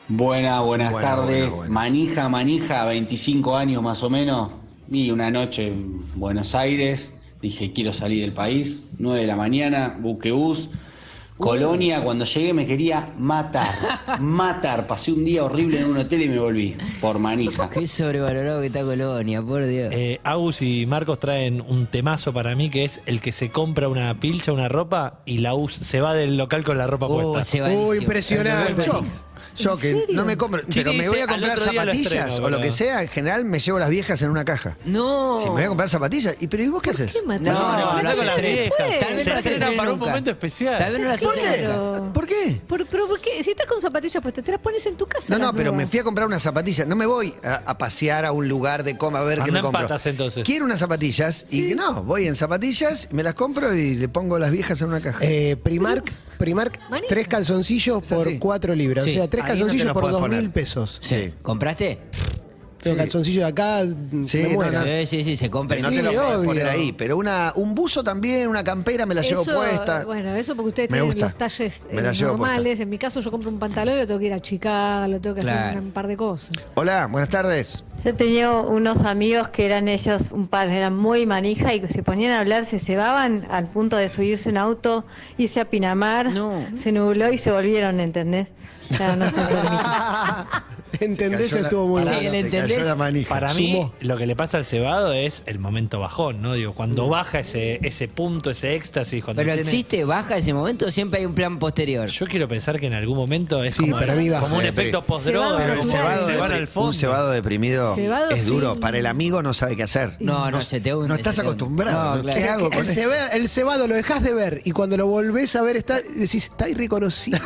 Speaker 13: Buena, buenas
Speaker 4: Buena,
Speaker 13: tardes.
Speaker 4: buena, buena.
Speaker 13: Manija, manija, 25 años más o menos. Y una noche en Buenos Aires. Dije, quiero salir del país. 9 de la mañana, buquebús. Colonia, cuando llegué me quería matar. matar. Pasé un día horrible en un hotel y me volví. Por manija.
Speaker 2: Qué sobrevalorado que está Colonia, por Dios.
Speaker 5: Eh, Agus y Marcos traen un temazo para mí que es el que se compra una pilcha, una ropa y la us- se va del local con la ropa
Speaker 2: Oh,
Speaker 5: puesta.
Speaker 2: se va
Speaker 6: Uy,
Speaker 2: diciendo.
Speaker 6: impresionante.
Speaker 4: Yo, yo
Speaker 7: ¿En
Speaker 4: que
Speaker 7: serio?
Speaker 4: no me compro,
Speaker 5: Chiri
Speaker 4: pero me
Speaker 5: dice,
Speaker 4: voy a
Speaker 5: "Al
Speaker 4: comprar
Speaker 5: otro día lo
Speaker 4: zapatillas
Speaker 5: estreno",
Speaker 4: o lo
Speaker 5: pero-
Speaker 4: que sea, en general me llevo las viejas en una caja.
Speaker 2: No.
Speaker 4: Si me voy a comprar zapatillas, ¿y pero ¿y vos qué haces?
Speaker 7: qué matás?
Speaker 2: No,
Speaker 5: No,
Speaker 2: no,
Speaker 5: no,
Speaker 2: no,
Speaker 5: con
Speaker 2: se
Speaker 5: la
Speaker 2: estrena.
Speaker 5: vieja.
Speaker 7: Tal vez
Speaker 2: no
Speaker 7: no
Speaker 5: Se
Speaker 7: se
Speaker 5: estrena
Speaker 2: estrena
Speaker 5: para un
Speaker 2: nunca.
Speaker 5: momento
Speaker 2: Tal
Speaker 5: especial.
Speaker 2: vez no la
Speaker 4: ¿Por qué?
Speaker 2: sociedad.
Speaker 4: ¿Por qué?
Speaker 7: Por- pero ¿por qué? Si estás con zapatillas puestas, te las pones en tu casa.
Speaker 4: No,
Speaker 7: las
Speaker 4: no, pero me
Speaker 7: nuevas.
Speaker 4: fui a comprar unas zapatillas. No me voy a, a pasear a un lugar de coma a ver qué
Speaker 5: Andá
Speaker 4: me
Speaker 5: en
Speaker 4: compro.
Speaker 5: patas, entonces.
Speaker 4: Quiero unas zapatillas y no, voy en zapatillas, me las compro y le pongo las viejas en una caja.
Speaker 6: Eh, Primark, Primark,
Speaker 7: Manija.
Speaker 6: tres calzoncillos
Speaker 4: Es
Speaker 6: por
Speaker 4: así.
Speaker 6: cuatro libras.
Speaker 2: Sí.
Speaker 6: O sea, tres
Speaker 4: Ahí no te
Speaker 6: calzoncillos
Speaker 4: los
Speaker 6: por
Speaker 4: podés
Speaker 6: dos mil
Speaker 4: poner.
Speaker 6: pesos.
Speaker 4: sí.
Speaker 2: ¿Compraste?
Speaker 6: Tengo
Speaker 4: Sí.
Speaker 6: calzoncillos de acá,
Speaker 4: Sí,
Speaker 6: me
Speaker 4: no,
Speaker 6: muero.
Speaker 4: no.
Speaker 2: Sí, sí, sí, se compra.
Speaker 4: Pero no
Speaker 6: Sí,
Speaker 4: te lo puedes
Speaker 6: obvio.
Speaker 4: poner ahí. Pero una, un buzo también, una campera me la llevo
Speaker 7: Eso,
Speaker 4: puesta.
Speaker 7: Bueno, eso porque ustedes
Speaker 4: Me
Speaker 7: tienen
Speaker 4: gusta.
Speaker 7: los talles eh,
Speaker 4: Me la llevo
Speaker 7: normales. En mi caso, yo compro un pantalón y lo tengo que ir a chicar, lo tengo que hacer
Speaker 2: Claro.
Speaker 7: un par de cosas.
Speaker 4: Hola, buenas tardes.
Speaker 14: Yo tenía unos amigos que eran ellos, un par, eran muy manija y se ponían a hablar, se cebaban al punto de subirse un auto, irse a Pinamar,
Speaker 2: No.
Speaker 14: se nubló y se volvieron, ¿entendés? Claro, no se permite.
Speaker 4: Se
Speaker 6: ¿Entendés?
Speaker 4: cayó la-
Speaker 6: Estuvo muy
Speaker 2: Sí,
Speaker 4: Pará,
Speaker 6: bueno.
Speaker 2: el
Speaker 4: se cayó
Speaker 2: entendés.
Speaker 4: la manija.
Speaker 5: Para mí,
Speaker 6: Sumó.
Speaker 5: lo que le pasa al cebado es el momento bajón, ¿no? Digo,
Speaker 6: Mm.
Speaker 5: cuando baja ese, ese punto, ese éxtasis, cuando
Speaker 2: Pero
Speaker 5: tiene-
Speaker 2: existe, baja ese momento, siempre hay un plan posterior.
Speaker 5: Yo quiero pensar que en algún momento es
Speaker 6: Sí,
Speaker 5: como,
Speaker 6: para mí baja.
Speaker 5: como un
Speaker 4: Sí,
Speaker 5: efecto
Speaker 4: sí.
Speaker 5: post-droga,
Speaker 7: Cebado
Speaker 5: como
Speaker 7: natural.
Speaker 5: que se
Speaker 4: depri-
Speaker 5: van al fondo.
Speaker 4: Un cebado deprimido
Speaker 7: Cebado
Speaker 4: es duro.
Speaker 7: sin-
Speaker 4: Para el amigo no sabe qué hacer.
Speaker 2: No, no, se te hunde,
Speaker 4: No
Speaker 2: se
Speaker 4: estás
Speaker 2: te hunde.
Speaker 4: acostumbrado.
Speaker 2: No,
Speaker 4: ¿Qué
Speaker 2: claro.
Speaker 4: hago con
Speaker 6: El,
Speaker 4: esto?
Speaker 6: ceba- el cebado lo dejas de ver y cuando lo volvés a ver está, decís, está irreconocible.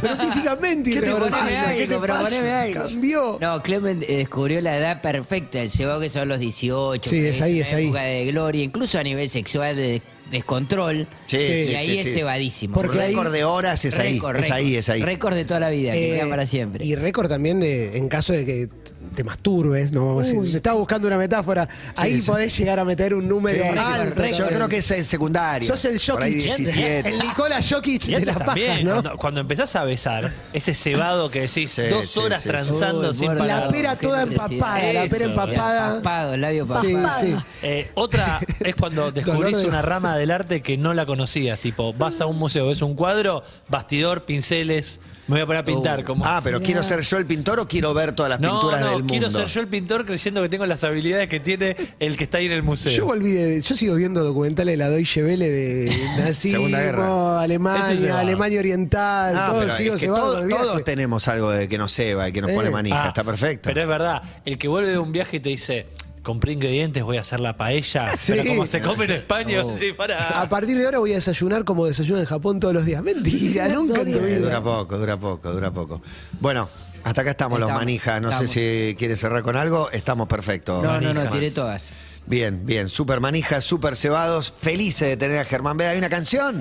Speaker 6: Pero físicamente
Speaker 4: ¿Qué te
Speaker 6: irreconocible.
Speaker 4: pasa?
Speaker 2: Proponeme
Speaker 4: ¿Qué te
Speaker 2: algo,
Speaker 4: pasa?
Speaker 2: proponeme algo.
Speaker 6: Cambió.
Speaker 2: No, Clement eh, descubrió la edad perfecta del cebado que son los 18.
Speaker 6: Sí,
Speaker 2: que
Speaker 6: es ahí,
Speaker 2: una
Speaker 6: es ahí.
Speaker 2: época de gloria, incluso a nivel sexual de descontrol.
Speaker 4: Sí,
Speaker 2: y
Speaker 4: sí,
Speaker 2: ahí
Speaker 4: sí,
Speaker 2: es
Speaker 4: sí.
Speaker 2: cebadísimo.
Speaker 4: Porque
Speaker 6: Porque ahí-
Speaker 4: récord de horas es ahí,
Speaker 2: Récord,
Speaker 4: es ahí,
Speaker 2: récord.
Speaker 4: es ahí.
Speaker 2: Récord de toda la vida, que
Speaker 6: Eh,
Speaker 2: queda para siempre.
Speaker 6: Y récord también de en caso de que te masturbes, no vamos a decir. Yo estaba buscando una metáfora. ahí
Speaker 4: sí.
Speaker 6: podés llegar a meter un número
Speaker 4: Sí, sí,
Speaker 6: alto.
Speaker 4: sí. Yo
Speaker 6: también.
Speaker 4: creo que es el secundario.
Speaker 6: Sos el
Speaker 4: Por ahí
Speaker 6: Jokic.
Speaker 4: 17.
Speaker 6: El Nicola Jokic
Speaker 5: Y
Speaker 6: de
Speaker 5: antes
Speaker 6: las pajas,
Speaker 5: también,
Speaker 6: ¿no?
Speaker 5: cuando, cuando empezás a besar, ese cebado que decís
Speaker 4: Sí,
Speaker 5: dos
Speaker 4: sí,
Speaker 5: horas
Speaker 4: sí, sí.
Speaker 5: transando
Speaker 2: Uy,
Speaker 5: sin
Speaker 2: bueno,
Speaker 5: parar.
Speaker 6: La pera
Speaker 2: qué
Speaker 6: toda
Speaker 2: necesidad.
Speaker 6: empapada, la pera
Speaker 5: Eso.
Speaker 6: empapada.
Speaker 2: Papado, labio
Speaker 6: Sí,
Speaker 2: papado.
Speaker 6: sí.
Speaker 5: Eh, otra es cuando
Speaker 6: Dolor
Speaker 5: descubrís
Speaker 6: de-
Speaker 5: una rama del arte que no la conocías. Tipo, vas a un museo, ves un cuadro, bastidor, pinceles, me voy a poner a pintar. como,
Speaker 4: Ah, pero quiero ser yo el pintor o quiero ver todas las
Speaker 5: no,
Speaker 4: pinturas
Speaker 5: no,
Speaker 4: del mundo.
Speaker 5: quiero ser yo el pintor creyendo que tengo las habilidades que tiene el que está ahí en el museo.
Speaker 6: Yo volví de- yo sigo viendo documentales de la Deutsche Welle de
Speaker 4: Segunda
Speaker 6: nazismo,
Speaker 4: Guerra.
Speaker 5: Eso se
Speaker 6: Alemania,
Speaker 5: va.
Speaker 6: Alemania Oriental,
Speaker 4: Ah,
Speaker 6: todo,
Speaker 4: pero
Speaker 6: sigo
Speaker 4: es que
Speaker 6: cebado
Speaker 4: todo-
Speaker 6: con el viaje.
Speaker 4: todos tenemos algo de que nos ceba y que nos
Speaker 6: Sí.
Speaker 4: pone manija,
Speaker 5: Ah,
Speaker 4: está perfecto.
Speaker 5: Pero es verdad, el que vuelve de un viaje y te dice, compré ingredientes, voy a hacer la paella.
Speaker 6: Sí.
Speaker 5: Pero como se come en España,
Speaker 4: Oh.
Speaker 5: sí, para.
Speaker 4: Ah,
Speaker 6: A partir de ahora voy a desayunar como desayuno en Japón todos los días. Mentira, nunca en tu
Speaker 4: Eh,
Speaker 6: vida.
Speaker 4: dura poco, dura poco, dura poco. Bueno, hasta acá estamos, los
Speaker 2: Estamos,
Speaker 4: manijas. No
Speaker 2: estamos.
Speaker 4: sé si quieres cerrar con algo. Estamos perfectos.
Speaker 2: No, no, no,
Speaker 5: Manijas.
Speaker 2: tiré todas.
Speaker 4: Bien, bien. Super manijas, super cebados. Felices de tener a Germán Veda. ¿Hay una canción?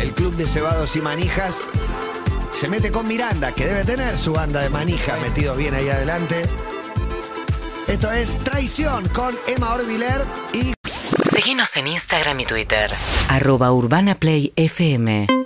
Speaker 4: El club de cebados y manijas se mete con Miranda, que debe tener su banda de manijas metidos bien ahí adelante. Esto es Traición con Emma Orbiler y
Speaker 15: Se
Speaker 16: Seguinos en Instagram y Twitter.
Speaker 2: arroba urbanaplayfm.